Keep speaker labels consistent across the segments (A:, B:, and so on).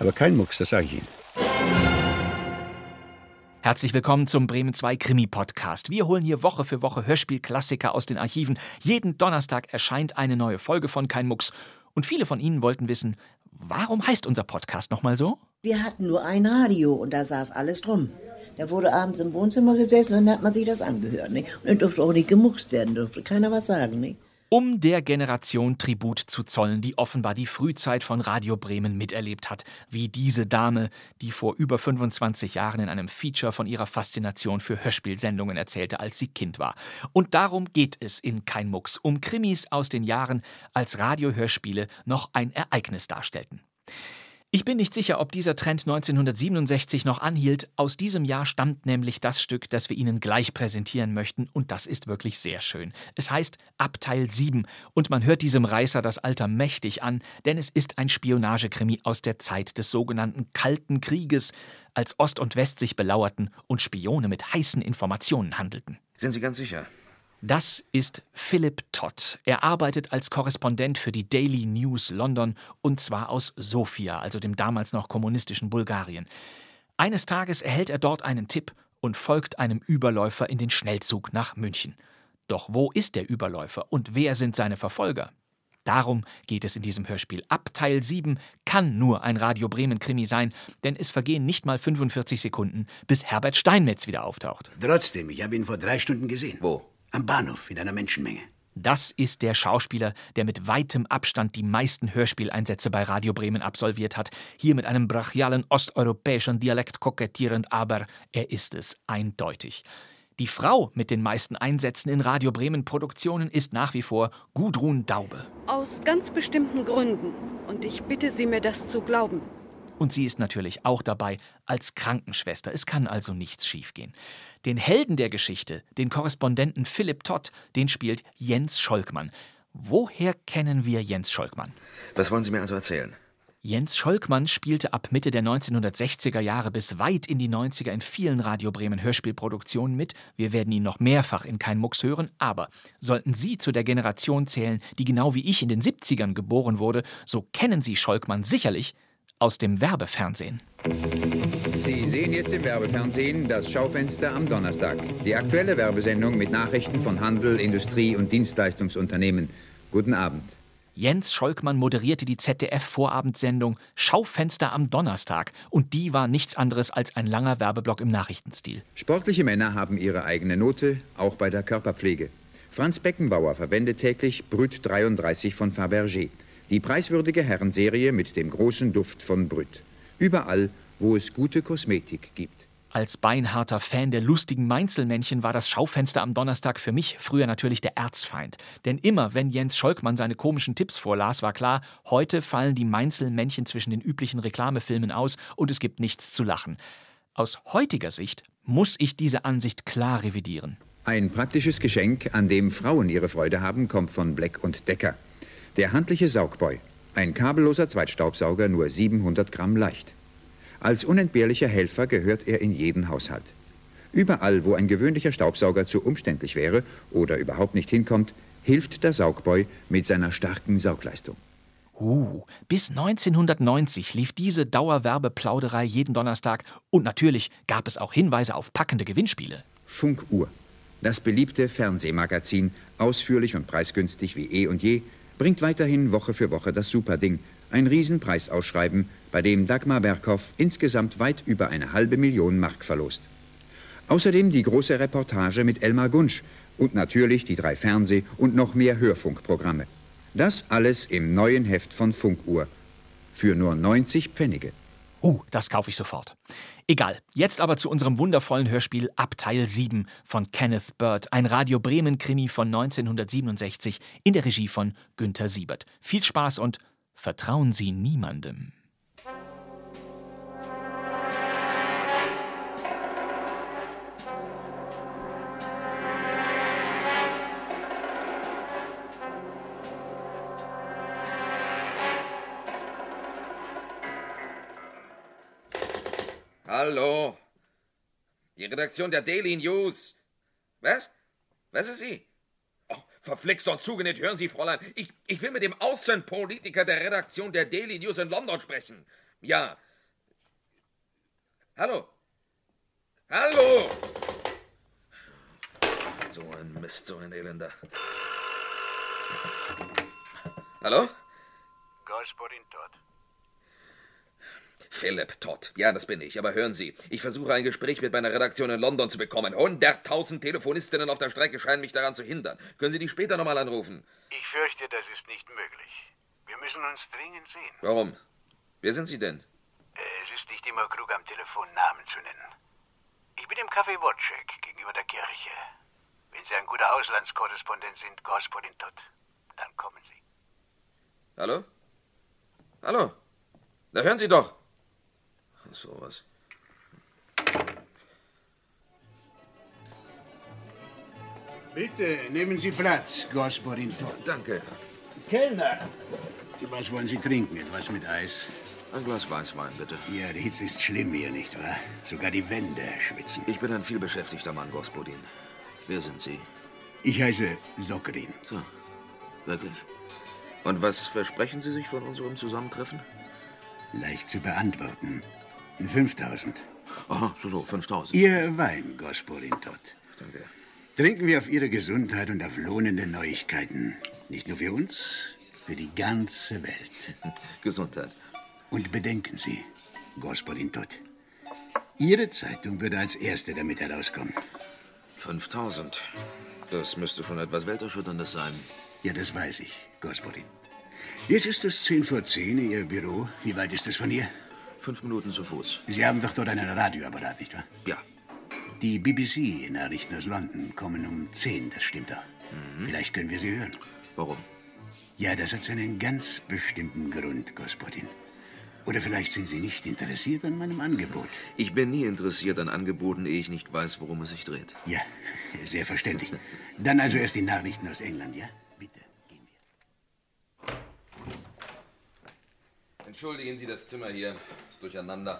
A: Aber kein Mucks, das sage ich Ihnen.
B: Herzlich willkommen zum Bremen 2 Krimi Podcast. Wir holen hier Woche für Woche Hörspielklassiker aus den Archiven. Jeden Donnerstag erscheint eine neue Folge von Kein Mucks. Und viele von Ihnen wollten wissen, warum heißt unser Podcast nochmal so?
C: Wir hatten nur ein Radio und da saß alles drum. Da wurde abends im Wohnzimmer gesessen und dann hat man sich das angehört. Nicht? Und dann durfte auch nicht gemuxt werden, durfte keiner was sagen. Nicht?
B: Um der Generation Tribut zu zollen, die offenbar die Frühzeit von Radio Bremen miterlebt hat, wie diese Dame, die vor über 25 Jahren in einem Feature von ihrer Faszination für Hörspielsendungen erzählte, als sie Kind war. Und darum geht es in Kein Mucks, um Krimis aus den Jahren, als Radiohörspiele noch ein Ereignis darstellten. Ich bin nicht sicher, ob dieser Trend 1967 noch anhielt. Aus diesem Jahr stammt nämlich das Stück, das wir Ihnen gleich präsentieren möchten, und das ist wirklich sehr schön. Es heißt Abteil 7, und man hört diesem Reißer das Alter mächtig an, denn es ist ein Spionagekrimi aus der Zeit des sogenannten Kalten Krieges, als Ost und West sich belauerten und Spione mit heißen Informationen handelten.
D: Sind Sie ganz sicher?
B: Das ist Philip Todd. Er arbeitet als Korrespondent für die Daily News London und zwar aus Sofia, also dem damals noch kommunistischen Bulgarien. Eines Tages erhält er dort einen Tipp und folgt einem Überläufer in den Schnellzug nach München. Doch wo ist der Überläufer und wer sind seine Verfolger? Darum geht es in diesem Hörspiel. Ab Teil 7 kann nur ein Radio Bremen Krimi sein, denn es vergehen nicht mal 45 Sekunden, bis Herbert Steinmetz wieder auftaucht.
A: Trotzdem, ich habe ihn vor drei Stunden gesehen.
D: Wo?
A: Am Bahnhof, in einer Menschenmenge.
B: Das ist der Schauspieler, der mit weitem Abstand die meisten Hörspieleinsätze bei Radio Bremen absolviert hat. Hier mit einem brachialen osteuropäischen Dialekt kokettierend, aber er ist es eindeutig. Die Frau mit den meisten Einsätzen in Radio Bremen Produktionen ist nach wie vor Gudrun Daube.
E: Aus ganz bestimmten Gründen. Und ich bitte Sie, mir das zu glauben.
B: Und sie ist natürlich auch dabei als Krankenschwester. Es kann also nichts schiefgehen. Den Helden der Geschichte, den Korrespondenten Philipp Todd, den spielt Jens Scholkmann. Woher kennen wir Jens Scholkmann?
D: Was wollen Sie mir also erzählen?
B: Jens Scholkmann spielte ab Mitte der 1960er Jahre bis weit in die 90er in vielen Radio Bremen Hörspielproduktionen mit. Wir werden ihn noch mehrfach in Kein Mucks hören, aber sollten Sie zu der Generation zählen, die genau wie ich in den 70ern geboren wurde, so kennen Sie Scholkmann sicherlich aus dem Werbefernsehen.
F: Sie sehen jetzt im Werbefernsehen das Schaufenster am Donnerstag. Die aktuelle Werbesendung mit Nachrichten von Handel, Industrie und Dienstleistungsunternehmen. Guten Abend.
B: Jens Scholkmann moderierte die ZDF-Vorabendsendung Schaufenster am Donnerstag und die war nichts anderes als ein langer Werbeblock im Nachrichtenstil.
F: Sportliche Männer haben ihre eigene Note, auch bei der Körperpflege. Franz Beckenbauer verwendet täglich Brüt 33 von Fabergé. Die preiswürdige Herrenserie mit dem großen Duft von Brüt. Überall, wo es gute Kosmetik gibt.
B: Als beinharter Fan der lustigen Mainzelmännchen war das Schaufenster am Donnerstag für mich früher natürlich der Erzfeind. Denn immer, wenn Jens Scholkmann seine komischen Tipps vorlas, war klar, heute fallen die Mainzelmännchen zwischen den üblichen Reklamefilmen aus und es gibt nichts zu lachen. Aus heutiger Sicht muss ich diese Ansicht klar revidieren.
F: Ein praktisches Geschenk, an dem Frauen ihre Freude haben, kommt von Black und Decker. Der handliche Saugboy. Ein kabelloser Zweitstaubsauger, nur 700 Gramm leicht. Als unentbehrlicher Helfer gehört er in jeden Haushalt. Überall, wo ein gewöhnlicher Staubsauger zu umständlich wäre oder überhaupt nicht hinkommt, hilft der Saugboy mit seiner starken Saugleistung.
B: Uh, bis 1990 lief diese Dauerwerbeplauderei jeden Donnerstag und natürlich gab es auch Hinweise auf packende Gewinnspiele.
F: Funkuhr. Das beliebte Fernsehmagazin, ausführlich und preisgünstig wie eh und je, bringt weiterhin Woche für Woche das Superding, ein Riesenpreisausschreiben, bei dem Dagmar Berghoff insgesamt weit über eine halbe Million Mark verlost. Außerdem die große Reportage mit Elmar Gunsch und natürlich die drei Fernseh- und noch mehr Hörfunkprogramme. Das alles im neuen Heft von Funkuhr. Für nur 90 Pfennige.
B: Uh, das kaufe ich sofort. Egal, jetzt aber zu unserem wundervollen Hörspiel Abteil 7 von Kenneth Bird, ein Radio Bremen-Krimi von 1967 in der Regie von Günther Siebert. Viel Spaß und vertrauen Sie niemandem.
D: Hallo. Die Redaktion der Daily News. Was? Was ist sie? Oh, verflixt und zugenäht, hören Sie, Fräulein. Ich, ich will mit dem Außenpolitiker der Redaktion der Daily News in London sprechen. Ja. Hallo. Hallo. So ein Mist, so ein Elender. Hallo?
G: Gospodin Todd.
D: Philipp Todd. Ja, das bin ich. Aber hören Sie, ich versuche ein Gespräch mit meiner Redaktion in London zu bekommen. Hunderttausend Telefonistinnen auf der Strecke scheinen mich daran zu hindern. Können Sie die später nochmal anrufen?
G: Ich fürchte, das ist nicht möglich. Wir müssen uns dringend sehen.
D: Warum? Wer sind Sie denn?
G: Äh, Es ist nicht immer klug, am Telefon Namen zu nennen. Ich bin im Café Wojcik gegenüber der Kirche. Wenn Sie ein guter Auslandskorrespondent sind, Gospodin Todd, dann kommen Sie.
D: Hallo? Hallo? Da hören Sie doch. So was.
A: Bitte, nehmen Sie Platz, Gospodin Todd.
D: Danke.
A: Kellner. Was wollen Sie trinken? Etwas mit Eis?
D: Ein Glas Weißwein, bitte.
A: Ja, die Hitze ist schlimm hier, nicht wahr? Sogar die Wände schwitzen.
D: Ich bin ein vielbeschäftigter Mann, Gospodin. Wer sind Sie?
A: Ich heiße Sokerin.
D: So, wirklich? Und was versprechen Sie sich von unserem Zusammentreffen?
A: Leicht zu beantworten. 5000.
D: Aha, so, so, 5000.
A: Ihr Wein, Gospodin Todd.
D: Danke.
A: Trinken wir auf Ihre Gesundheit und auf lohnende Neuigkeiten. Nicht nur für uns, für die ganze Welt.
D: Gesundheit.
A: Und bedenken Sie, Gospodin Todd, Ihre Zeitung würde als erste damit herauskommen.
D: 5000. Das müsste schon etwas Welterschütterndes sein.
A: Ja, das weiß ich, Gospodin. Jetzt ist es 10 vor 10 in Ihr Büro. Wie weit ist es von hier?
D: Fünf Minuten zu Fuß.
A: Sie haben doch dort einen Radioapparat, nicht wahr?
D: Ja.
A: Die BBC-Nachrichten aus London kommen um 10, das stimmt doch. Vielleicht können wir sie hören.
D: Mhm. Warum?
A: Ja, das hat seinen ganz bestimmten Grund, Gospodin. Oder vielleicht sind Sie nicht interessiert an meinem Angebot.
D: Ich bin nie interessiert an Angeboten, ehe ich nicht weiß, worum es sich dreht.
A: Ja, sehr verständlich. Dann also erst die Nachrichten aus England, ja?
D: Entschuldigen Sie das Zimmer hier. Ist durcheinander.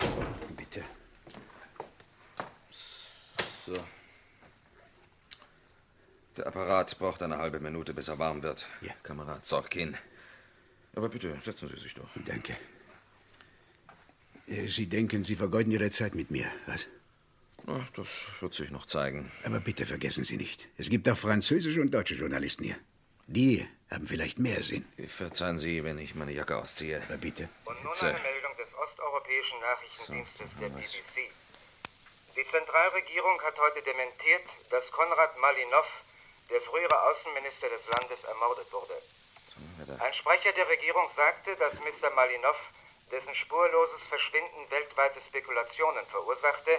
A: Bitte.
D: So. Der Apparat braucht eine halbe Minute, bis er warm wird. Ja. Kamerad Sorkin. Aber bitte, setzen Sie sich doch.
A: Danke. Äh, Sie denken, Sie vergeuden Ihre Zeit mit mir, was?
D: Ach, das wird sich noch zeigen.
A: Aber bitte vergessen Sie nicht, es gibt auch französische und deutsche Journalisten hier. Die haben vielleicht mehr Sinn.
D: Verzeihen Sie, wenn ich meine Jacke ausziehe.
A: Aber bitte.
H: Und nun eine Meldung des osteuropäischen Nachrichtendienstes der BBC. Die Zentralregierung hat heute dementiert, dass Konrad Malinov, der frühere Außenminister des Landes, ermordet wurde. Ein Sprecher der Regierung sagte, dass Mr. Malinov, dessen spurloses Verschwinden weltweite Spekulationen verursachte,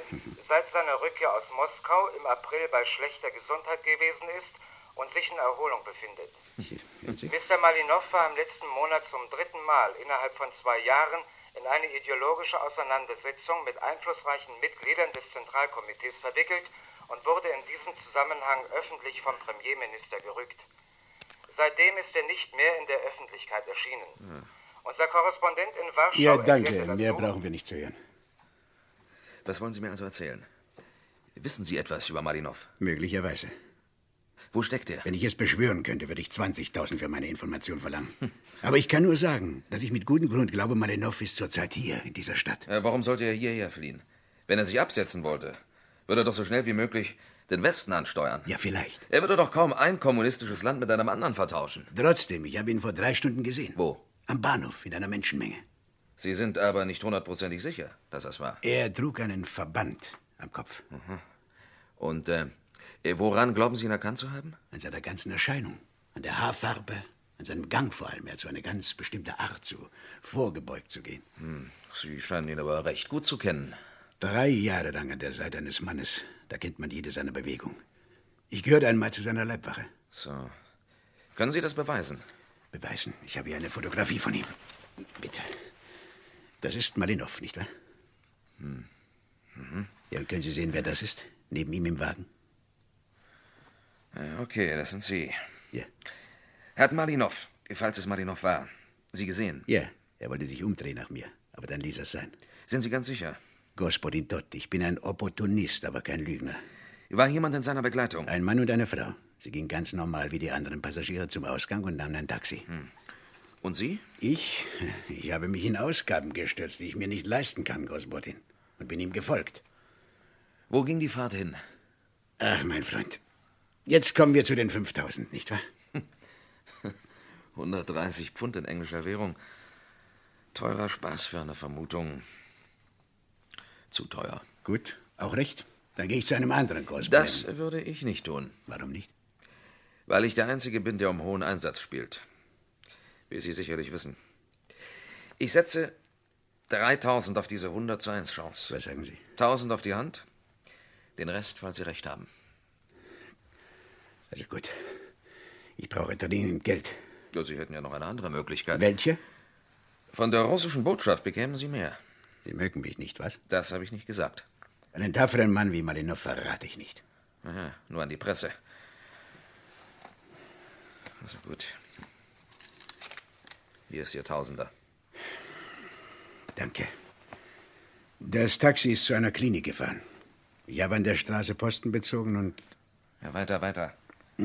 H: seit seiner Rückkehr aus Moskau im April bei schlechter Gesundheit gewesen ist und sich in Erholung befindet. Mr. Malinov war im letzten Monat zum dritten Mal innerhalb von zwei Jahren in eine ideologische Auseinandersetzung mit einflussreichen Mitgliedern des Zentralkomitees verwickelt und wurde in diesem Zusammenhang öffentlich vom Premierminister gerügt. Seitdem ist er nicht mehr in der Öffentlichkeit erschienen. Unser Korrespondent in Warschau
A: Ja,
H: erklärte
A: danke.
H: dazu-
A: Mehr brauchen wir nicht zu hören.
D: Was wollen Sie mir also erzählen? Wissen Sie etwas über Malinov?
A: Möglicherweise.
D: Wo steckt er?
A: Wenn ich es beschwören könnte, würde ich 20.000 für meine Information verlangen. Aber ich kann nur sagen, dass ich mit gutem Grund glaube, Malinov ist zurzeit hier, in dieser Stadt.
D: Äh, warum sollte er hierher fliehen? Wenn er sich absetzen wollte, würde er doch so schnell wie möglich den Westen ansteuern.
A: Ja, vielleicht.
D: Er würde doch kaum ein kommunistisches Land mit einem anderen vertauschen.
A: Trotzdem, ich habe ihn vor drei Stunden gesehen.
D: Wo?
A: Am Bahnhof, in einer Menschenmenge.
D: Sie sind aber nicht hundertprozentig sicher, dass das war.
A: Er trug einen Verband am Kopf.
D: Mhm. Und äh, woran glauben Sie ihn erkannt zu haben?
A: An seiner ganzen Erscheinung, an der Haarfarbe, an seinem Gang vor allem. Er hat so eine ganz bestimmte Art, so vorgebeugt zu gehen.
D: Hm, Sie scheinen ihn aber recht gut zu kennen.
A: Drei Jahre lang an der Seite eines Mannes, da kennt man jede seiner Bewegung. Ich gehörte einmal zu seiner Leibwache.
D: So. Können Sie das beweisen?
A: Beweisen. Ich habe hier eine Fotografie von ihm. Bitte. Das ist Malinov, nicht wahr?
D: Hm.
A: Ja, und können Sie sehen, wer das ist? Neben ihm im Wagen.
D: Äh, Okay, das sind Sie.
A: Ja.
D: Hat Malinov, falls es Malinov war, Sie gesehen?
A: Ja, er wollte sich umdrehen nach mir, aber dann ließ er es sein.
D: Sind Sie ganz sicher?
A: Gospodin Tott, ich bin ein Opportunist, aber kein Lügner.
D: War jemand in seiner Begleitung?
A: Ein Mann und eine Frau. Sie gingen ganz normal wie die anderen Passagiere zum Ausgang und nahmen ein Taxi.
D: Hm. Und Sie?
A: Ich? Ich habe mich in Ausgaben gestürzt, die ich mir nicht leisten kann, Gospodin. Und bin ihm gefolgt.
D: Wo ging die Fahrt hin?
A: Ach, mein Freund. Jetzt kommen wir zu den 5000, nicht wahr?
D: 130 Pfund in englischer Währung. Teurer Spaß für eine Vermutung. Zu teuer.
A: Gut, auch recht. Dann gehe ich zu einem anderen Korrespondenten.
D: Das würde ich nicht tun.
A: Warum nicht?
D: Weil ich der Einzige bin, der um hohen Einsatz spielt. Wie Sie sicherlich wissen. Ich setze 3000 auf diese 100 zu 1 Chance.
A: Was sagen Sie?
D: 1000 auf die Hand, den Rest, falls Sie recht haben.
A: Also gut. Ich brauche dringend Geld.
D: Ja, Sie hätten ja noch eine andere Möglichkeit.
A: Welche?
D: Von der russischen Botschaft bekämen Sie mehr.
A: Sie mögen mich nicht, was?
D: Das habe ich nicht gesagt.
A: Einen tapferen Mann wie Malinov verrate ich nicht.
D: Aha, nur an die Presse. Also gut. Hier ist Ihr Tausender.
A: Danke. Das Taxi ist zu einer Klinik gefahren. Ich habe an der Straße Posten bezogen und
D: Ja, weiter, weiter.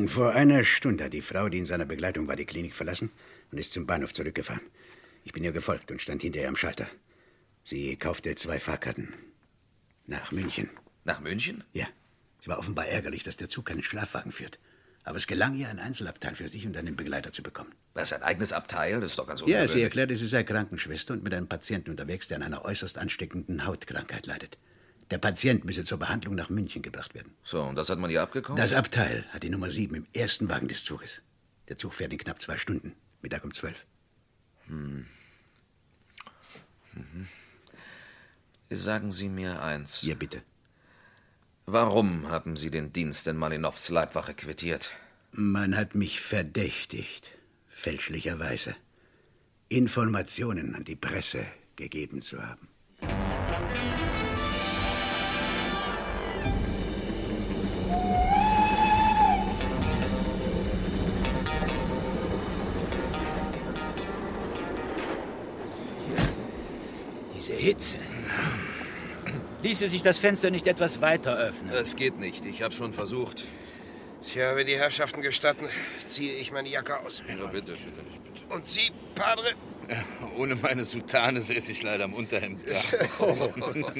A: vor einer Stunde hat die Frau, die in seiner Begleitung war, die Klinik verlassen und ist zum Bahnhof zurückgefahren. Ich bin ihr gefolgt und stand hinter ihr am Schalter. Sie kaufte zwei Fahrkarten. Nach München.
D: Nach München?
A: Ja. Es war offenbar ärgerlich, dass der Zug keinen Schlafwagen führt. Aber es gelang ihr, ein Einzelabteil für sich und einen Begleiter zu bekommen.
D: Was, ein eigenes Abteil? Das ist doch ganz
A: ja, sie
D: ungewöhnlich.
A: erklärte, sie sei Krankenschwester und mit einem Patienten unterwegs, der an einer äußerst ansteckenden Hautkrankheit leidet. Der Patient müsse zur Behandlung nach München gebracht werden.
D: So, und das hat man ihr abgekommen?
A: Das Abteil hat die Nummer 7 im ersten Wagen des Zuges. Der Zug fährt in knapp zwei Stunden, Mittag um zwölf.
D: Hm. Mhm. Sagen Sie mir eins.
A: Ja, bitte.
D: Warum haben Sie den Dienst in Malinows Leibwache quittiert?
A: Man hat mich verdächtigt, fälschlicherweise, Informationen an die Presse gegeben zu haben.
I: Diese Hitze. Ließe sich das Fenster nicht etwas weiter öffnen?
D: Es geht nicht. Ich habe schon versucht.
J: Tja, wenn die Herrschaften gestatten, ziehe ich meine Jacke aus.
K: Ja, bitte. Äh,
J: Und Sie, Padre?
K: Ohne meine Soutane säße ich leider am Unterhemd Oh da.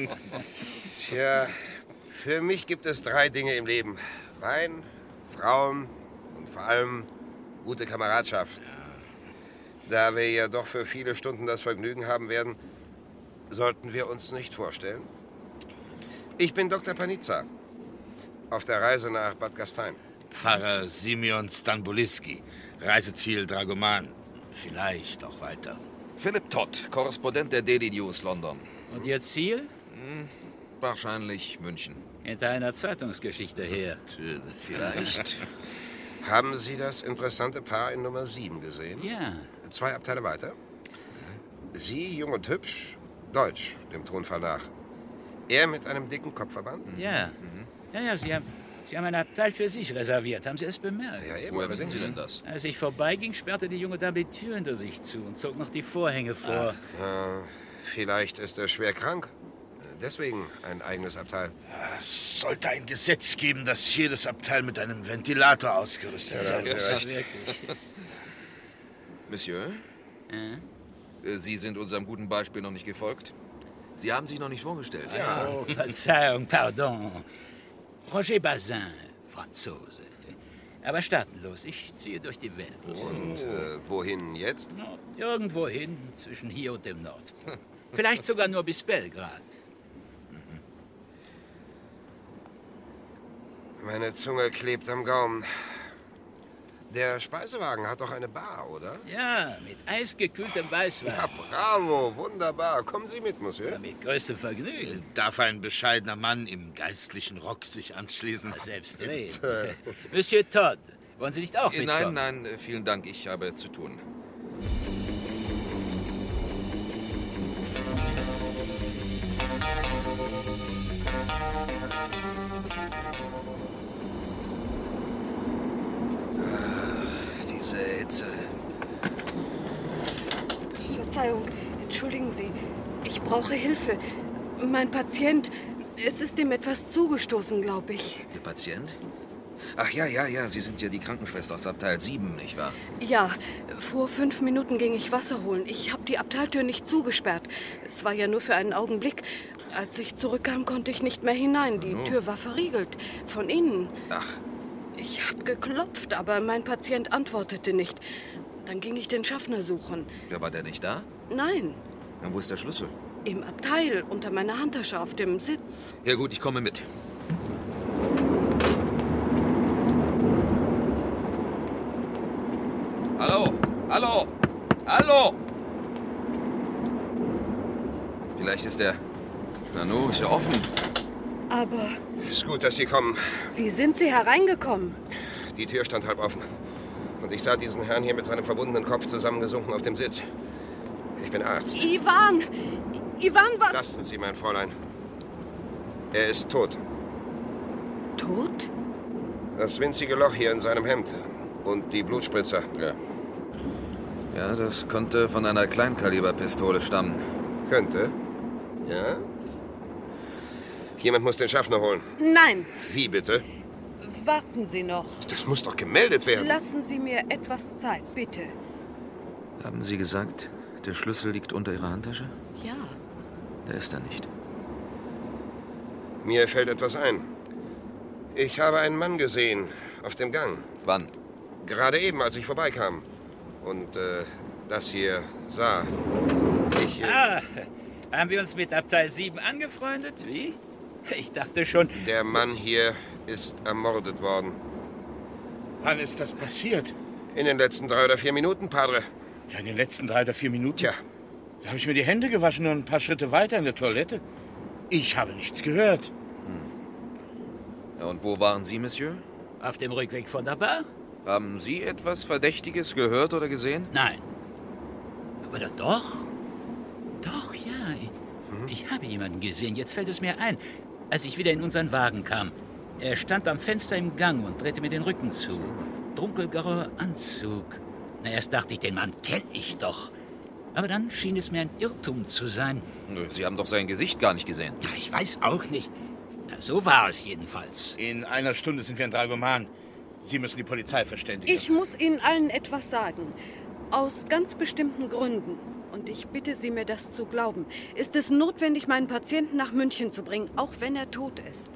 J: Tja, für mich gibt es drei Dinge im Leben. Wein, Frauen und vor allem gute Kameradschaft. Da wir ja doch für viele Stunden das Vergnügen haben werden, sollten wir uns nicht vorstellen. Ich bin Dr. Panizza, auf der Reise nach Bad Gastein.
K: Pfarrer Simeon Stamboliski, Reiseziel Dragoman. Vielleicht auch weiter.
D: Philipp Todd, Korrespondent der Daily News London.
I: Und Ihr Ziel?
D: Wahrscheinlich München.
I: Hinter einer Zeitungsgeschichte her.
D: Vielleicht.
J: Haben Sie das interessante Paar in Nummer 7 gesehen?
I: Ja.
J: Zwei Abteile weiter. Sie, jung und hübsch, deutsch, dem Tonfall nach. Er mit einem dicken Kopfverband?
I: Ja. Mhm. Ja, ja, Sie haben, Sie haben ein Abteil für sich reserviert. Haben Sie es bemerkt?
J: Ja, eben, Woher wissen allerdings. Sie denn das?
I: Als ich vorbeiging, sperrte die junge Dame die Tür hinter sich zu und zog noch die Vorhänge vor.
J: Äh, vielleicht ist er schwer krank. Deswegen ein eigenes Abteil.
K: Es sollte ein Gesetz geben, dass jedes Abteil mit einem Ventilator ausgerüstet
J: Ja,
K: sein
J: ja,
K: muss.
J: ja, wirklich.
D: Monsieur? Äh, Sie sind unserem guten Beispiel noch nicht gefolgt. Sie haben sich noch nicht vorgestellt.
I: Oh,
J: Ah.
I: Verzeihung, pardon. Roger Bazin, Franzose. Aber staatenlos, ich ziehe durch die Welt.
J: Und äh, wohin jetzt?
I: Irgendwo hin zwischen hier und dem Nord. Vielleicht sogar nur bis Belgrad.
J: Meine Zunge klebt am Gaumen. Der Speisewagen hat doch eine Bar, oder?
I: Ja, mit eisgekühltem Weißwein.
J: Ja, bravo, wunderbar. Kommen Sie mit, Monsieur.
I: mit größtem Vergnügen.
K: Darf ein bescheidener Mann im geistlichen Rock sich anschließen?
I: Selbst Monsieur Todd, wollen Sie nicht auch
D: Äh,
I: mitkommen?
D: Nein, nein, äh, vielen Dank. Ich habe zu tun. Ach, diese Hitze.
L: Verzeihung, entschuldigen Sie. Ich brauche Hilfe.
E: Mein Patient, es ist ihm etwas zugestoßen, glaube ich.
D: Ihr Patient? Ach ja, ja, ja, Sie sind ja die Krankenschwester aus Abteil 7, nicht wahr?
E: Ja, vor fünf Minuten ging ich Wasser holen. Ich habe die Abteiltür nicht zugesperrt. Es war ja nur für einen Augenblick. Als ich zurückkam, konnte ich nicht mehr hinein. Die
D: Oh.
E: Tür war verriegelt. Von innen.
D: Ach,
E: Ich habe geklopft, aber mein Patient antwortete nicht. Dann ging ich den Schaffner suchen.
D: ja, war der nicht da?
E: Nein,
D: Dann wo ist der Schlüssel?
E: im Abteil, unter meiner Handtasche auf dem Sitz.
D: Ja gut, ich komme mit. Hallo, hallo, hallo! Vielleicht ist der... Nanu, ist ja offen.
E: Aber
J: Ist gut, dass Sie kommen.
E: wie sind Sie hereingekommen?
J: Die Tür stand halb offen. Und ich sah diesen Herrn hier mit seinem verbundenen Kopf zusammengesunken auf dem Sitz. Ich bin Arzt.
E: Ivan! Ivan, was?
J: Lassen Sie, mein Fräulein. Er ist tot.
E: Tot?
J: Das winzige Loch hier in seinem Hemd. Und die Blutspritzer.
D: Ja. Ja, das könnte von einer Kleinkaliberpistole stammen.
J: Könnte? Ja? Jemand muss den Schaffner holen.
E: Nein,
J: Wie bitte?
E: warten Sie noch.
J: Das muss doch gemeldet werden.
E: Lassen Sie mir etwas Zeit, bitte.
D: Haben Sie gesagt, der Schlüssel liegt unter Ihrer Handtasche?
E: Ja.
D: Da ist er nicht.
J: Mir fällt etwas ein. Ich habe einen Mann gesehen auf dem Gang.
D: Wann?
J: Gerade eben, als ich vorbeikam. Und äh, das hier sah. Ich. Äh,
I: Ah, haben wir uns mit Abteil 7 angefreundet? Wie? Ich dachte schon.
J: Der Mann hier ist ermordet worden.
K: Wann ist das passiert?
J: In den letzten drei oder vier Minuten, Padre.
K: Ja, in den letzten drei oder vier Minuten?
J: Tja.
K: Da habe ich mir die Hände gewaschen und ein paar Schritte weiter in der Toilette. Ich habe nichts gehört.
D: Ja, und wo waren Sie, Monsieur?
I: Auf dem Rückweg von der Bar?
D: Haben Sie etwas Verdächtiges gehört oder gesehen?
I: Nein. Oder doch? Doch, ja. Ich habe jemanden gesehen. Jetzt fällt es mir ein. Als ich wieder in unseren Wagen kam, er stand am Fenster im Gang und drehte mir den Rücken zu. Dunkelgrauer Anzug. Na, erst dachte ich, den Mann kenne ich doch. Aber dann schien es mir ein Irrtum zu sein.
D: Nö, Sie haben doch sein Gesicht gar nicht gesehen.
I: Na, ich weiß auch nicht. Na, so war es jedenfalls.
K: In einer Stunde sind wir in Dragoman. Sie müssen die Polizei verständigen.
E: Ich muss Ihnen allen etwas sagen. Aus ganz bestimmten Gründen. Und ich bitte Sie, mir das zu glauben. Ist es notwendig, meinen Patienten nach München zu bringen, auch wenn er tot ist?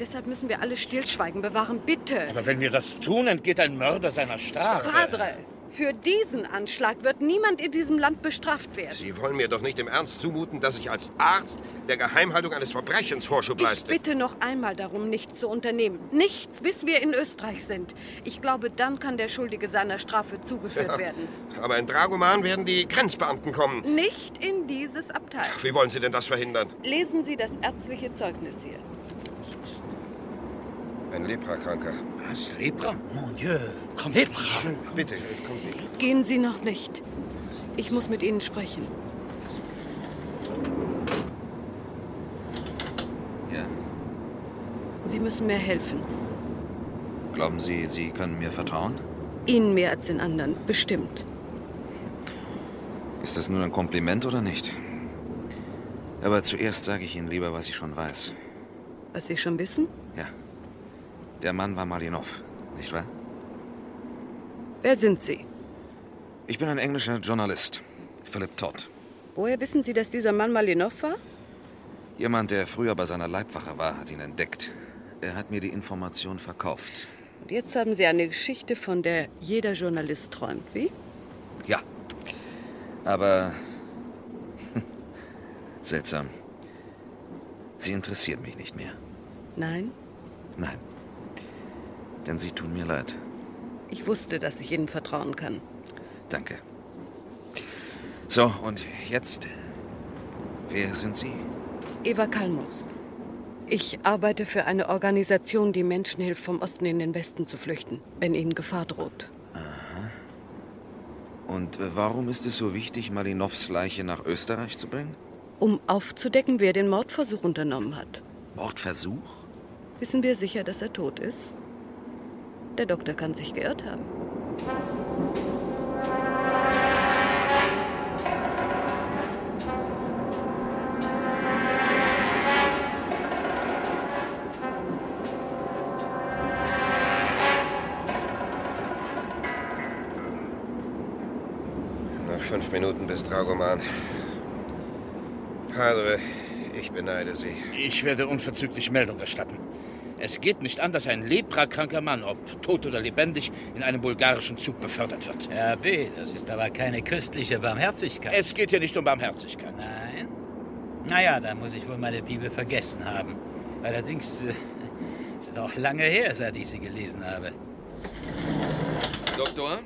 E: Deshalb müssen wir alle Stillschweigen bewahren, bitte.
K: Aber wenn wir das tun, entgeht ein Mörder seiner Strafe.
E: Padre, für diesen Anschlag wird niemand in diesem Land bestraft werden.
J: Sie wollen mir doch nicht im Ernst zumuten, dass ich als Arzt der Geheimhaltung eines Verbrechens Vorschub
E: Ich
J: leiste.
E: bitte noch einmal darum, nichts zu unternehmen. Nichts, bis wir in Österreich sind. Ich glaube, dann kann der Schuldige seiner Strafe zugeführt
J: Ja.
E: werden.
J: Aber in Dragoman werden die Grenzbeamten kommen.
E: Nicht in dieses Abteil.
J: Wie wollen Sie denn das verhindern?
E: Lesen Sie das ärztliche Zeugnis hier.
J: Ein Leprakranker.
K: Was? Lepra?
I: Mon Dieu. Komm,
K: Lepra.
J: Bitte, kommen Sie.
E: Gehen Sie noch nicht. Ich muss mit Ihnen sprechen.
D: Ja.
E: Sie müssen mir helfen.
D: Glauben Sie, Sie können mir vertrauen?
E: Ihnen mehr als den anderen, bestimmt.
D: Ist das nur ein Kompliment oder nicht? Aber zuerst sage ich Ihnen lieber, was ich schon weiß.
E: Was Sie schon wissen?
D: Der Mann war Malinov, nicht wahr?
E: Wer sind Sie?
D: Ich bin ein englischer Journalist, Philip Todd.
E: Woher wissen Sie, dass dieser Mann Malinov war?
D: Jemand, der früher bei seiner Leibwache war, hat ihn entdeckt. Er hat mir die Information verkauft.
E: Und jetzt haben Sie eine Geschichte, von der jeder Journalist träumt. Wie?
D: Ja. Aber seltsam. Sie interessiert mich nicht mehr.
E: Nein,
D: Nein. Denn sie tun mir leid.
E: ich wusste, dass ich Ihnen vertrauen kann.
D: Danke. So, und jetzt? Wer sind Sie?
E: Eva Kalmus. Ich arbeite für eine Organisation, die Menschen hilft, vom Osten in den Westen zu flüchten, wenn ihnen Gefahr droht.
D: Und äh, warum ist es so wichtig, Malinows Leiche nach Österreich zu bringen?
E: Um aufzudecken, wer den Mordversuch unternommen hat.
D: Mordversuch?
E: Wissen wir sicher, dass er tot ist? Der Doktor kann sich geirrt haben.
J: Minuten bis Dragoman. Padre, ich beneide Sie.
K: Ich werde unverzüglich Meldung erstatten. Es geht nicht an, dass ein leprakranker Mann, ob tot oder lebendig, in einem bulgarischen Zug befördert wird.
I: Herr B., das ist aber keine köstliche Barmherzigkeit.
K: Es geht hier nicht um Barmherzigkeit.
I: Nein? Naja, da muss ich wohl meine Bibel vergessen haben. Allerdings äh, es ist auch lange her, seit ich sie gelesen habe.
D: Doktor?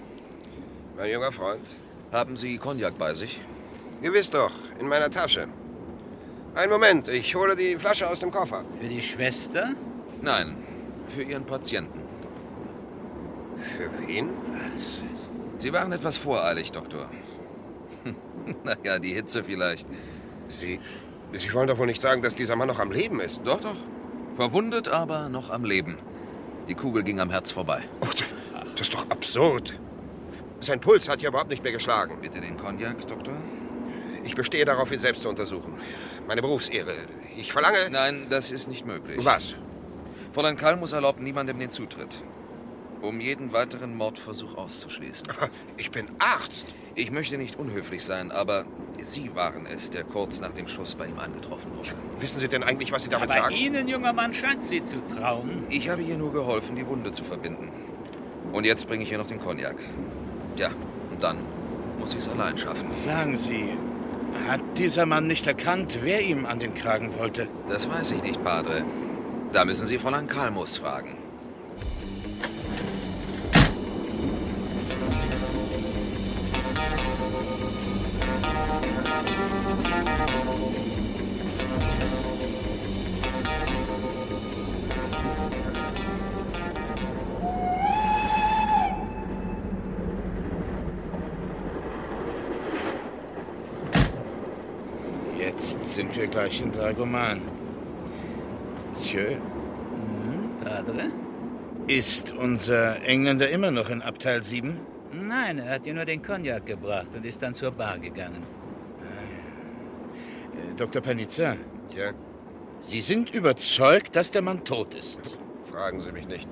J: Mein junger Freund.
D: Haben Sie Cognac bei sich?
J: Gewiss doch, in meiner Tasche. Einen Moment, ich hole die Flasche aus dem Koffer.
I: Für die Schwester?
D: Nein, für Ihren Patienten.
J: Für wen?
I: Was?
D: Sie waren etwas voreilig, Doktor. naja, die Hitze vielleicht.
J: Sie. Sie wollen doch wohl nicht sagen, dass dieser Mann noch am Leben ist.
D: Doch, doch. Verwundet, aber noch am Leben. Die Kugel ging am Herz vorbei.
J: Das ist doch absurd. Sein Puls hat ja überhaupt nicht mehr geschlagen.
D: Bitte den Cognac, Doktor?
J: Ich bestehe darauf, ihn selbst zu untersuchen. Meine Berufsehre. Ich verlange.
D: Nein, das ist nicht möglich.
J: Was?
D: Fräulein Kalmus erlaubt niemandem den Zutritt. Um jeden weiteren Mordversuch auszuschließen.
J: Ich bin Arzt.
D: Ich möchte nicht unhöflich sein, aber Sie waren es, der kurz nach dem Schuss bei ihm angetroffen wurde.
J: Wissen Sie denn eigentlich, was Sie damit
I: Aber
J: sagen?
I: Ihnen, junger Mann, scheint sie zu trauen.
D: Ich habe ihr nur geholfen, die Wunde zu verbinden. Und jetzt bringe ich ihr noch den Cognac. Ja, und dann muss ich es allein schaffen.
K: Sagen Sie, hat dieser Mann nicht erkannt, wer ihm an den Kragen wollte?
D: Das weiß ich nicht, Padre. Da müssen Sie Fräulein Kalmus fragen.
K: Jetzt sind wir gleich in Dragoman. Monsieur,
I: Hm, Padre?
K: ist unser Engländer immer noch in Abteil 7?
I: Nein, er hat ihr nur den Cognac gebracht und ist dann zur Bar gegangen.
K: Äh, Dr. Panizza,
J: Ja,
K: Sie sind überzeugt, dass der Mann tot ist.
J: fragen Sie mich nicht.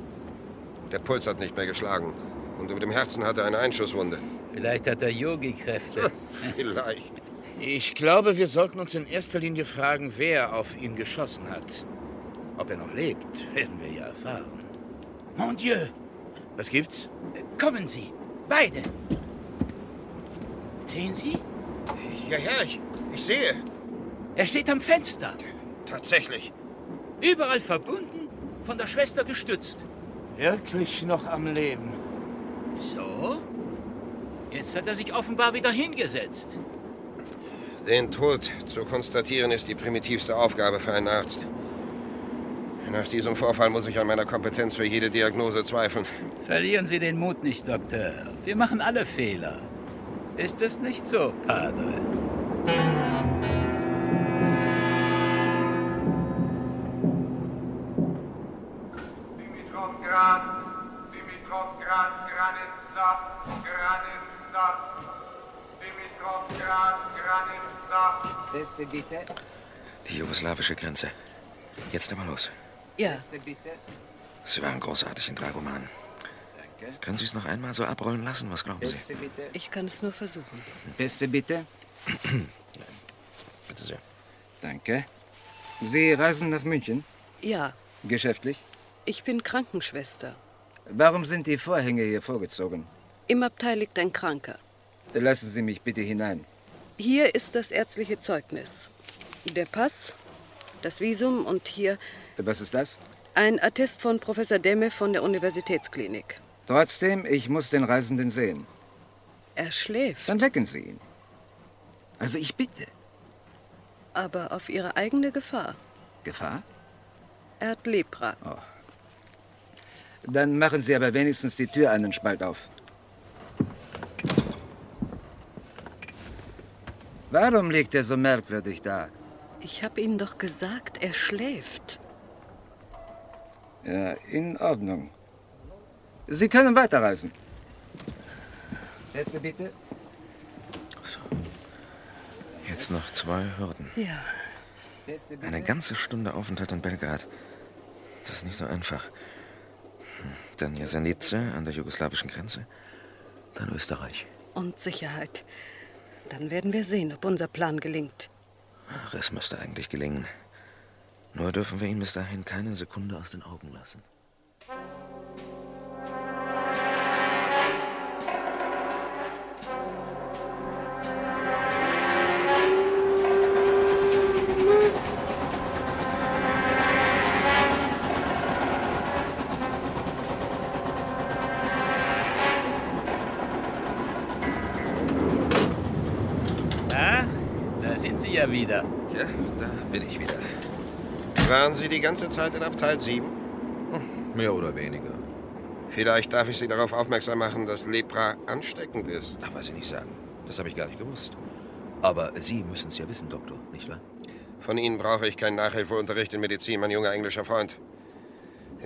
J: Der Puls hat nicht mehr geschlagen. Und über dem Herzen hat er eine Einschusswunde.
I: Vielleicht hat er Yogi-Kräfte.
J: Vielleicht.
K: Ich glaube, wir sollten uns in erster Linie fragen, wer auf ihn geschossen hat. Ob er noch lebt, werden wir ja erfahren.
I: Mon Dieu!
K: Was gibt's?
I: Kommen Sie, beide! Sehen Sie?
J: Ja, ja, ich, ich sehe.
I: Er steht am Fenster,
J: Tatsächlich.
I: überall verbunden, von der Schwester gestützt.
K: Wirklich noch am Leben.
I: So? Jetzt hat er sich offenbar wieder hingesetzt.
J: Den Tod zu konstatieren ist die primitivste Aufgabe für einen Arzt. Nach diesem Vorfall muss ich an meiner Kompetenz für jede Diagnose zweifeln.
I: Verlieren Sie den Mut nicht, Doktor. Wir machen alle Fehler. Ist es nicht so, Padre?
L: Dimitrovgrad, Dimitrovgrad, Granica, Granica, Dimitrovgrad, Granica.
M: Pässe bitte.
D: Die jugoslawische Grenze. Jetzt aber los.
M: Ja. bitte.
D: Sie waren großartig in Dragoman.
M: Danke.
D: Können Sie es noch einmal so abrollen lassen? Was glauben Sie?
M: Pässe bitte.
E: Ich kann es nur versuchen.
M: Pässe bitte.
D: Bitte sehr.
M: Danke. Sie reisen nach München?
E: Ja,
M: Geschäftlich?
E: ich bin Krankenschwester.
M: Warum sind die Vorhänge hier vorgezogen?
E: Im Abteil liegt ein Kranker.
M: Lassen Sie mich bitte hinein.
E: Hier ist das ärztliche Zeugnis. Der Pass, das Visum und hier
M: Was ist das?
E: ein Attest von Professor Demme von der Universitätsklinik.
M: Trotzdem, ich muss den Reisenden sehen.
E: Er schläft,
M: Dann wecken Sie ihn. Also ich bitte.
E: aber auf ihre eigene Gefahr.
M: Gefahr?
E: Er hat Lepra.
M: Dann machen Sie aber wenigstens die Tür einen Spalt auf. Warum liegt er so merkwürdig da?
E: Ich habe Ihnen doch gesagt, er schläft.
M: Ja, in Ordnung. Sie können weiterreisen. Pässe bitte.
D: Jetzt noch zwei Hürden.
E: Ja.
D: Eine ganze Stunde Aufenthalt in Belgrad. Das ist nicht so einfach. Hm, Dann Jasenice an der jugoslawischen Grenze. Dann Österreich.
E: Und Sicherheit. Dann werden wir sehen, ob unser Plan gelingt.
D: Ach, es müsste eigentlich gelingen. Nur dürfen wir ihn bis dahin keine Sekunde aus den Augen lassen.
I: Ah, da sind Sie ja wieder.
J: Ja, da bin ich wieder. Waren Sie die ganze Zeit in Abteil 7?
D: Hm,
J: Mehr oder weniger. Vielleicht darf ich Sie darauf aufmerksam machen, dass Lepra ansteckend ist.
D: Ach, was Sie nicht sagen. Das habe ich gar nicht gewusst. Aber Sie müssen es ja wissen, Doktor, nicht wahr?
J: Von Ihnen brauche ich keinen Nachhilfeunterricht in Medizin, mein junger englischer Freund.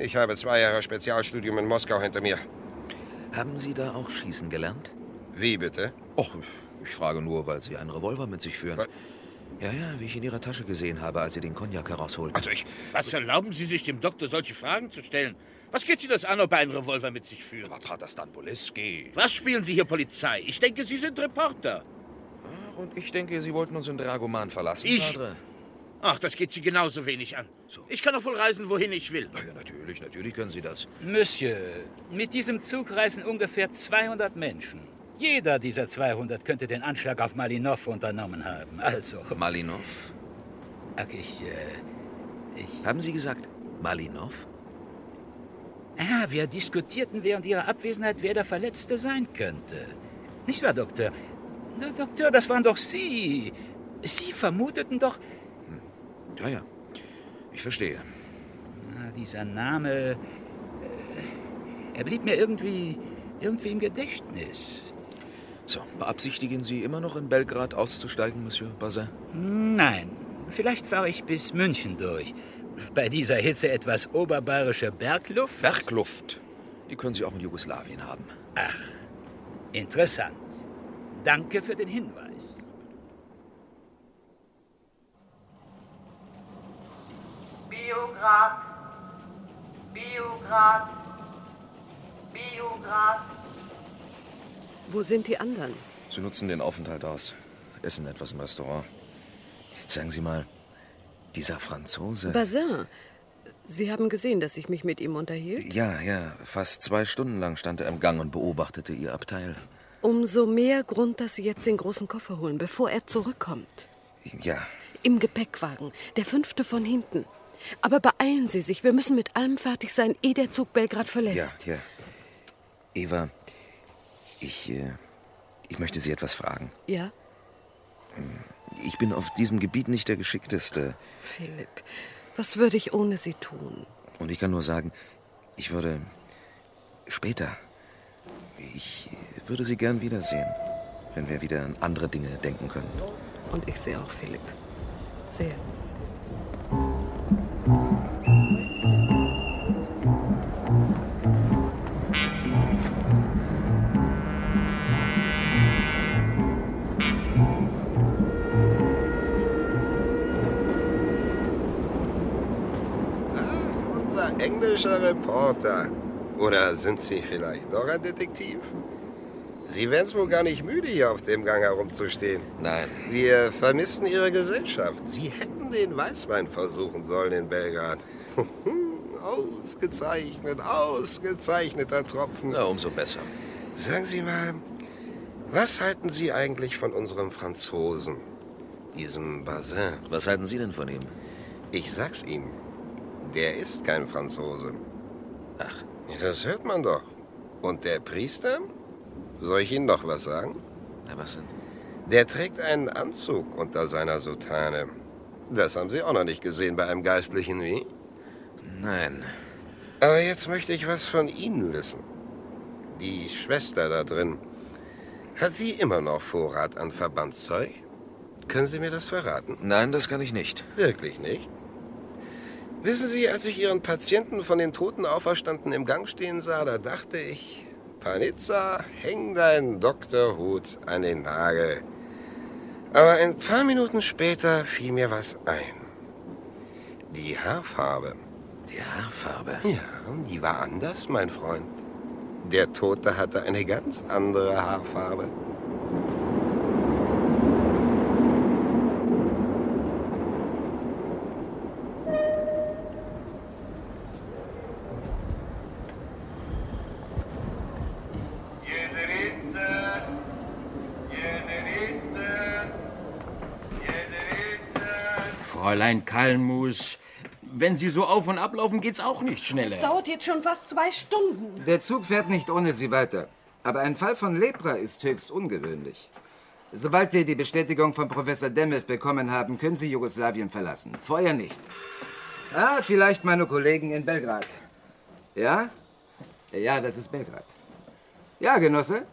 J: Ich habe zwei Jahre Spezialstudium in Moskau hinter mir.
D: Haben Sie da auch schießen gelernt?
J: Wie bitte?
D: Och, ich frage nur, weil Sie einen Revolver mit sich führen. Ja, ja, wie ich in Ihrer Tasche gesehen habe, als Sie den Cognac herausholten.
K: Also ich... Was erlauben Sie sich, dem Doktor solche Fragen zu stellen? Was geht Sie das an, ob er einen Revolver mit sich führt? Aber Pater Stambuliski... Was spielen Sie hier Polizei? Ich denke, Sie sind Reporter.
D: Und ich denke, Sie wollten uns in Dragoman verlassen.
K: Ich-
D: Padre.
K: Ach, das geht Sie genauso wenig an. Ich kann doch wohl reisen, wohin ich will.
D: Ja, natürlich, natürlich können Sie das.
I: Monsieur, mit diesem Zug reisen ungefähr 200 Menschen. Jeder dieser 200 könnte den Anschlag auf Malinov unternommen haben. Also.
D: Malinov?
I: Ach, ich, äh, ich.
D: Haben Sie gesagt, Malinov?
I: Ah, wir diskutierten während Ihrer Abwesenheit, wer der Verletzte sein könnte. Nicht wahr, Doktor? Na, Doktor, das waren doch Sie. Sie vermuteten doch.
D: Hm. Ja, ja. Ich verstehe.
I: Ah, dieser Name. Äh, er blieb mir irgendwie. irgendwie im Gedächtnis.
D: So, beabsichtigen Sie immer noch in Belgrad auszusteigen, Monsieur Bazin?
I: Nein, vielleicht fahre ich bis München durch. Bei dieser Hitze etwas oberbayerische Bergluft?
D: Bergluft. Die können Sie auch in Jugoslawien haben.
I: Ach, interessant. Danke für den Hinweis.
L: Biograd, Biograd, Biograd.
E: Wo sind die anderen?
D: Sie nutzen den Aufenthalt aus. Essen etwas im Restaurant. Sagen Sie mal, dieser Franzose.
E: Bazin, Sie haben gesehen, dass ich mich mit ihm unterhielt?
D: Ja, ja. Fast zwei Stunden lang stand er im Gang und beobachtete Ihr Abteil.
E: Umso mehr Grund, dass Sie jetzt den großen Koffer holen, bevor er zurückkommt.
D: Ja,
E: Im Gepäckwagen, der fünfte von hinten. Aber beeilen Sie sich, wir müssen mit allem fertig sein, ehe der Zug Belgrad
D: ja,
E: verlässt.
D: ja. Eva, ich, äh, ich möchte Sie etwas fragen.
E: Ja,
D: Ich bin auf diesem Gebiet nicht der Geschickteste.
E: Philipp, was würde ich ohne Sie tun?
D: Und ich kann nur sagen, ich würde später, ich würde Sie gern wiedersehen, wenn wir wieder an andere Dinge denken können.
E: Und ich sehe auch Philipp. Sehr.
J: Unser englischer Reporter. Oder sind Sie vielleicht doch ein Detektiv? Sie wären es wohl gar nicht müde, hier auf dem Gang herumzustehen.
D: Nein.
J: Wir vermissen Ihre Gesellschaft. Sie hätten den Weißwein versuchen sollen in Belgrad. ausgezeichnet, ausgezeichneter Tropfen.
D: Na, umso besser.
J: Sagen Sie mal, was halten Sie eigentlich von unserem Franzosen? Diesem Bazin.
D: Was halten Sie denn von ihm?
J: Ich sag's Ihnen. Der ist kein Franzose. Ach. Das hört man doch. Und der Priester? Soll ich Ihnen noch was sagen?
D: Na, was denn?
J: Der trägt einen Anzug unter seiner Soutane. Das haben Sie auch noch nicht gesehen bei einem Geistlichen, wie?
D: Nein.
J: Aber jetzt möchte ich was von Ihnen wissen. Die Schwester da drin, hat sie immer noch Vorrat an Verbandszeug? Können Sie mir das verraten?
D: Nein, das kann ich nicht.
J: Wirklich nicht? Wissen Sie, als ich Ihren Patienten von den Toten auferstanden im Gang stehen sah, da dachte ich, Panizza, häng deinen Doktorhut an den Nagel. Aber ein paar Minuten später fiel mir was ein. Die Haarfarbe.
D: Die Haarfarbe?
J: Ja, die war anders, mein Freund. Der Tote hatte eine ganz andere Haarfarbe.
K: Fräulein Kalmus, wenn Sie so auf und ablaufen, geht's auch nicht
E: Es
K: schneller.
E: dauert jetzt schon fast zwei Stunden.
H: Der Zug fährt nicht ohne sie weiter. Aber ein Fall von Lepra ist höchst ungewöhnlich. Sobald wir die Bestätigung von Professor Demev bekommen haben, können Sie Jugoslawien verlassen. Vorher nicht. Ah, vielleicht meine Kollegen in Belgrad. Ja? Ja, das ist Belgrad. Ja, Genosse?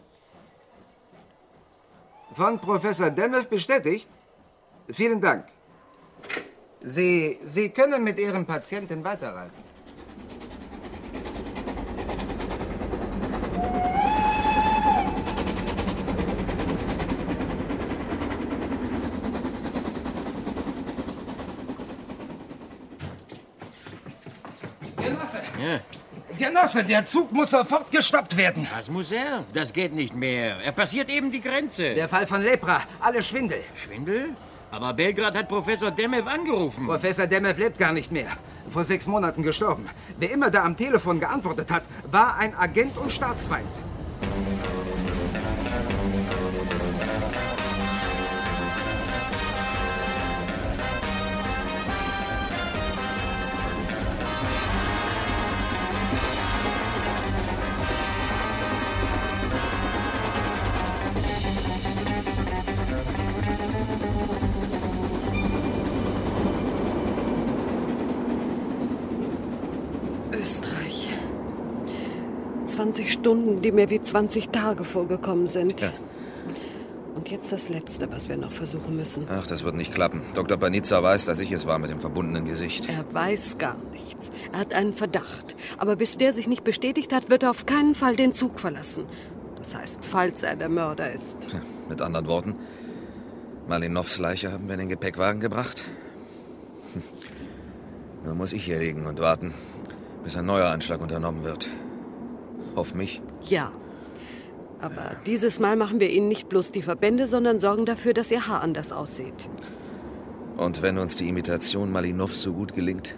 H: Von Professor Demev bestätigt? Vielen Dank. Sie, Sie können mit Ihrem Patienten weiterreisen.
N: Genosse!
K: Ja.
H: Genosse, der Zug muss sofort gestoppt werden.
K: Was muss er? Das geht nicht mehr. Er passiert eben die Grenze.
H: Der Fall von Lepra. Alle Schwindel.
K: Schwindel? Aber Belgrad hat Professor Demev angerufen.
H: Professor Demev lebt gar nicht mehr. Vor sechs Monaten gestorben. Wer immer da am Telefon geantwortet hat, war ein Agent und Staatsfeind.
E: Österreich. 20 Stunden, die mir wie 20 Tage vorgekommen sind.
D: Tja.
E: Und jetzt das Letzte, was wir noch versuchen müssen.
D: Ach, das wird nicht klappen. Dr. Panizza weiß, dass ich es war mit dem verbundenen Gesicht.
E: Er weiß gar nichts. Er hat einen Verdacht. Aber bis der sich nicht bestätigt hat, wird er auf keinen Fall den Zug verlassen. Das heißt, falls er der Mörder ist.
D: Mit anderen Worten, Malinows Leiche haben wir in den Gepäckwagen gebracht. Hm. Nun muss ich hier liegen und warten, bis ein neuer Anschlag unternommen wird. Auf mich.
E: Ja. Aber dieses Mal machen wir Ihnen nicht bloß die Verbände, sondern sorgen dafür, dass Ihr Haar anders aussieht.
D: Und wenn uns die Imitation Malinows so gut gelingt,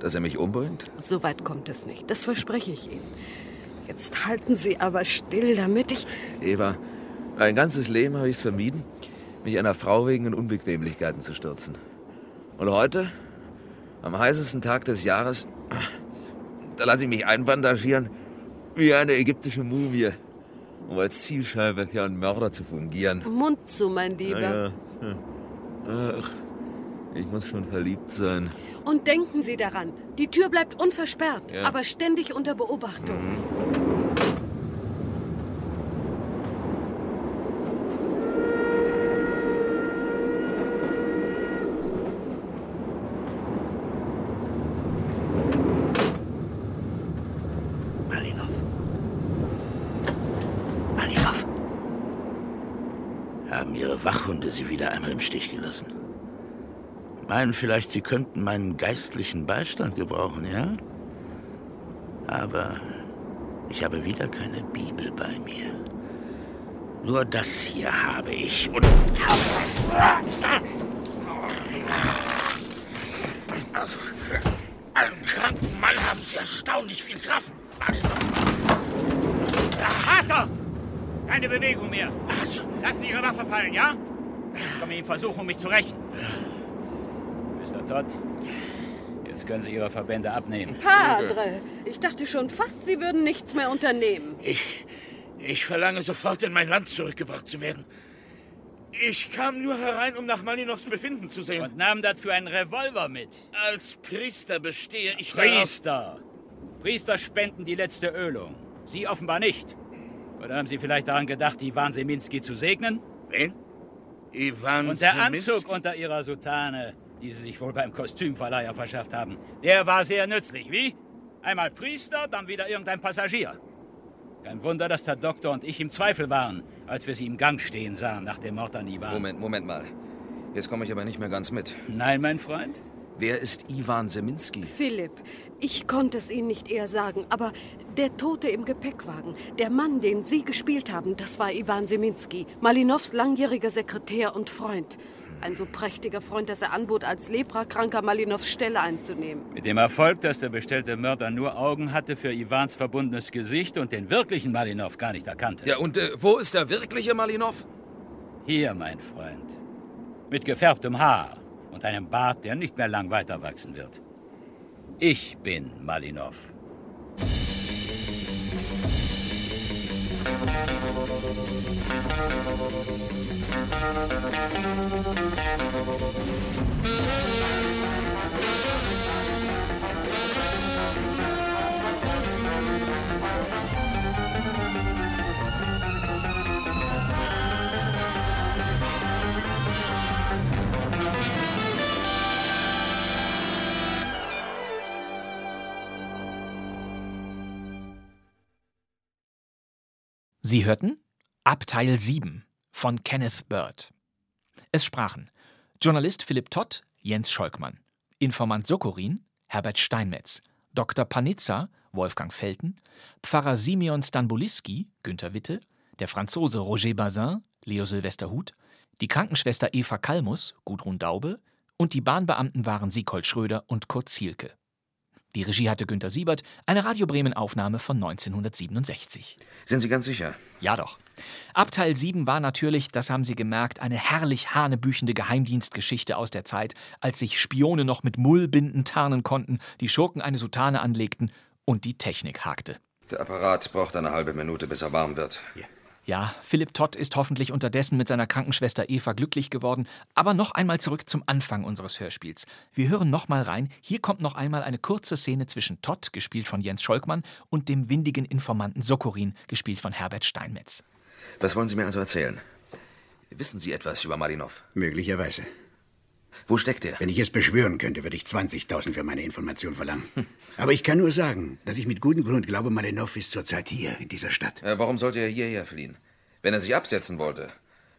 D: dass er mich umbringt?
E: So weit kommt es nicht. Das verspreche ich Ihnen. Jetzt halten Sie aber still, damit ich.
D: Eva, mein ganzes Leben habe ich es vermieden, mich einer Frau wegen in Unbequemlichkeiten zu stürzen. Und heute, am heißesten Tag des Jahres, da lasse ich mich einbandagieren wie eine ägyptische Mumie, um als Zielscheibe für einen Mörder zu fungieren.
E: Mund zu, mein Lieber.
D: Naja, hm. Ach, ich muss schon verliebt sein.
E: Und denken Sie daran, die Tür bleibt unversperrt,
D: Ja.
E: aber ständig unter Beobachtung.
K: Malinov. Malinov. Haben Ihre Wachhunde Sie wieder einmal im Stich gelassen? Meinen vielleicht, Sie könnten meinen geistlichen Beistand gebrauchen, ja? Aber ich habe wieder keine Bibel bei mir. Nur das hier habe ich und... Also für einen kranken Mann haben Sie erstaunlich viel Kraft.
O: Vater! Keine Bewegung mehr! Lassen Sie Ihre Waffe fallen, ja? Ich komme Ihnen
I: um
O: versuchen, mich zu rächen.
I: Mr. Todd, jetzt können Sie Ihre Verbände abnehmen.
E: Padre, ich dachte schon fast, Sie würden nichts mehr unternehmen.
P: Ich, ich verlange sofort in mein Land zurückgebracht zu werden. Ich kam nur herein, um nach Malinows Befinden zu sehen. Und
I: nahm dazu einen Revolver mit.
P: Als Priester bestehe ich
I: Priester! Priester spenden die letzte Ölung. Sie offenbar nicht. Oder haben Sie vielleicht daran gedacht, Ivan Seminski zu segnen?
P: Wen? Ivan
I: Und der
P: Seminski?
I: Anzug unter Ihrer Soutane, die Sie sich wohl beim Kostümverleiher verschafft haben, der war sehr nützlich, wie? Einmal Priester, dann wieder irgendein Passagier. Kein Wunder, dass der Doktor und ich im Zweifel waren, als wir Sie im Gang stehen sahen nach dem Mord an Ivan.
D: Moment, Moment mal. Jetzt komme ich aber nicht mehr ganz mit.
I: Nein, mein Freund?
D: Wer ist Ivan Seminski?
E: Philipp, ich konnte es Ihnen nicht eher sagen, aber der Tote im Gepäckwagen, der Mann, den Sie gespielt haben, das war Ivan Seminski, Malinows langjähriger Sekretär und Freund. Ein so prächtiger Freund, dass er anbot, als Leprakranker Malinows Stelle einzunehmen.
I: Mit dem Erfolg, dass der bestellte Mörder nur Augen hatte für Ivans verbundenes Gesicht und den wirklichen Malinov gar nicht erkannte.
D: Ja, und äh, wo ist der wirkliche Malinov?
I: Hier, mein Freund. Mit gefärbtem Haar und einem Bart, der nicht mehr lang weiterwachsen wird. Ich bin Malinov.
B: Sie hörten Abteil 7 von Kenneth Bird. Es sprachen Journalist Philipp Tott, Jens Scholkmann, Informant Sokorin, Herbert Steinmetz, Dr. Panizza, Wolfgang Felten, Pfarrer Simeon Stamboliski, Günter Witte, der Franzose Roger Bazin, Leo Silvester Huth, die Krankenschwester Eva Kalmus, Gudrun Daube und die Bahnbeamten waren Siekold Schröder und Kurt Zielke. Die Regie hatte Günter Siebert, eine Radio Bremen Aufnahme von 1967.
Q: Sind Sie ganz sicher?
B: Ja doch. Abteil 7 war natürlich, das haben Sie gemerkt, eine herrlich hanebüchende Geheimdienstgeschichte aus der Zeit, als sich Spione noch mit Mullbinden tarnen konnten, die Schurken eine Soutane anlegten und die Technik hakte.
Q: Der Apparat braucht eine halbe Minute, bis er warm wird.
B: Ja, Philipp Todd ist hoffentlich unterdessen mit seiner Krankenschwester Eva glücklich geworden. Aber noch einmal zurück zum Anfang unseres Hörspiels. Wir hören noch mal rein. Hier kommt noch einmal eine kurze Szene zwischen Todd, gespielt von Jens Scholkmann, und dem windigen Informanten Sokorin, gespielt von Herbert Steinmetz.
Q: Was wollen Sie mir also erzählen? Wissen Sie etwas über Malinov?
A: Möglicherweise.
Q: Wo steckt er?
A: Wenn ich es beschwören könnte, würde ich 20.000 für meine Information verlangen.
Q: Hm.
A: Aber ich kann nur sagen, dass ich mit gutem Grund glaube, Malinov ist zurzeit hier, in dieser Stadt.
Q: Äh, warum sollte er hierher fliehen? Wenn er sich absetzen wollte,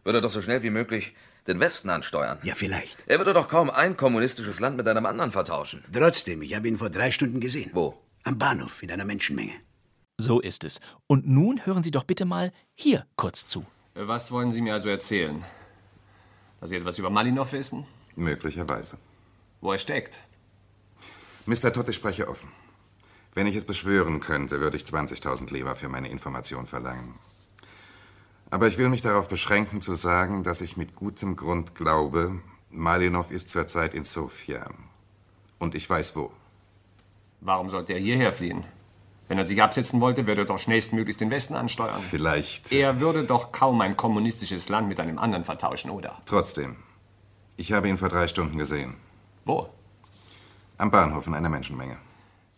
Q: würde er doch so schnell wie möglich den Westen ansteuern.
A: Ja, vielleicht.
Q: Er würde doch kaum ein kommunistisches Land mit einem anderen vertauschen.
A: Trotzdem, ich habe ihn vor drei Stunden gesehen. Wo? Am Bahnhof, in einer Menschenmenge.
B: So ist es. Und nun hören Sie doch bitte mal hier kurz zu.
R: Was wollen Sie mir also erzählen? Dass Sie etwas über Malinov wissen?
N: Möglicherweise.
R: Wo er steckt?
N: Mr. Todd, ich spreche offen. Wenn ich es beschwören könnte, würde ich 20.000 Leber für meine Information verlangen. Aber ich will mich darauf beschränken, zu sagen, dass ich mit gutem Grund glaube, Malinov ist zurzeit in Sofia. Und ich weiß wo.
R: Warum sollte er hierher fliehen? Wenn er sich absetzen wollte, würde er doch schnellstmöglichst den Westen ansteuern.
N: Vielleicht.
R: Er würde doch kaum ein kommunistisches Land mit einem anderen vertauschen, oder?
N: Trotzdem, ich habe ihn vor drei Stunden gesehen.
R: Wo?
N: Am Bahnhof in einer Menschenmenge.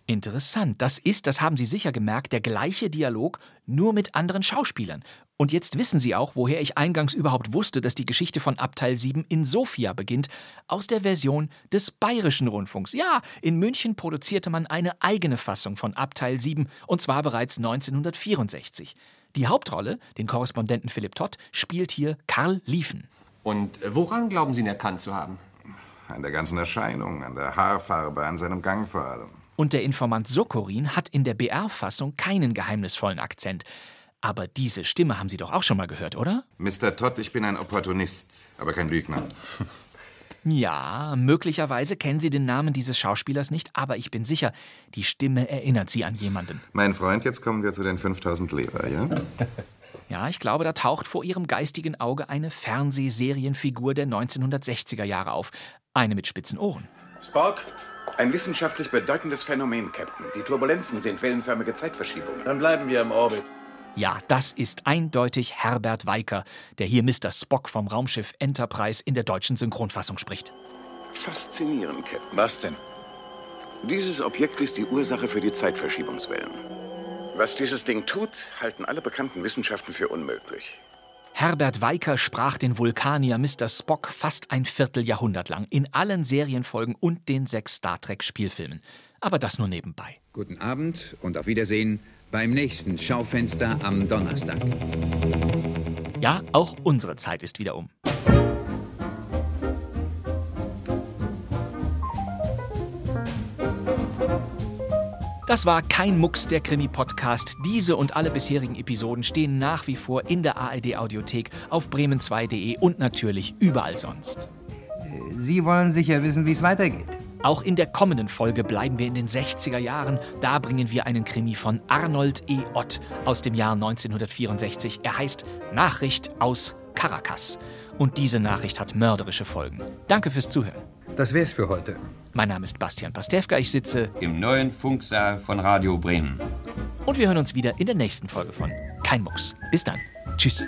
B: Interessant. Das ist, das haben Sie sicher gemerkt, der gleiche Dialog, nur mit anderen Schauspielern. Und jetzt wissen Sie auch, woher ich eingangs überhaupt wusste, dass die Geschichte von Abteil 7 in Sofia beginnt, aus der Version des Bayerischen Rundfunks. Ja, in München produzierte man eine eigene Fassung von Abteil 7, und zwar bereits 1964. Die Hauptrolle, den Korrespondenten Philipp Todd, spielt hier Karl Liefen.
R: Und woran glauben Sie ihn erkannt zu haben?
N: An der ganzen Erscheinung, an der Haarfarbe, an seinem Gang vor allem.
B: Und der Informant Sokorin hat in der BR-Fassung keinen geheimnisvollen Akzent. Aber diese Stimme haben Sie doch auch schon mal gehört, oder?
N: Mr. Todd, ich bin ein Opportunist, aber kein Lügner.
B: Ja, möglicherweise kennen Sie den Namen dieses Schauspielers nicht, aber ich bin sicher, die Stimme erinnert Sie an jemanden.
N: Mein Freund, jetzt kommen wir zu den 5000 Leber, ja?
B: Ja, ich glaube, da taucht vor Ihrem geistigen Auge eine Fernsehserienfigur der 1960er Jahre auf. Eine mit spitzen Ohren.
S: Spock? Ein wissenschaftlich bedeutendes Phänomen, Captain. Die Turbulenzen sind wellenförmige Zeitverschiebungen. Dann bleiben wir im Orbit.
B: Ja, das ist eindeutig Herbert Weicker, der hier Mr. Spock vom Raumschiff Enterprise in der deutschen Synchronfassung spricht.
S: Faszinierend, Captain. Was denn? Dieses Objekt ist die Ursache für die Zeitverschiebungswellen. Was dieses Ding tut, halten alle bekannten Wissenschaften für unmöglich.
B: Herbert Weicker sprach den Vulkanier Mr. Spock fast ein Vierteljahrhundert lang in allen Serienfolgen und den sechs Star Trek Spielfilmen. Aber das nur nebenbei.
F: Guten Abend und auf Wiedersehen beim nächsten Schaufenster am Donnerstag.
B: Ja, auch unsere Zeit ist wieder um. Das war kein Mucks der Krimi-Podcast. Diese und alle bisherigen Episoden stehen nach wie vor in der ARD-Audiothek, auf bremen2.de und natürlich überall sonst.
M: Sie wollen sicher wissen, wie es weitergeht.
B: Auch in der kommenden Folge bleiben wir in den 60er Jahren. Da bringen wir einen Krimi von Arnold E. Ott aus dem Jahr 1964. Er heißt Nachricht aus Caracas. Und diese Nachricht hat mörderische Folgen. Danke fürs Zuhören.
T: Das wär's für heute.
B: Mein Name ist Bastian Pastewka, ich sitze
U: im neuen Funksaal von Radio Bremen.
B: und wir hören uns wieder in der nächsten Folge von Kein Mucks. Bis dann. Tschüss.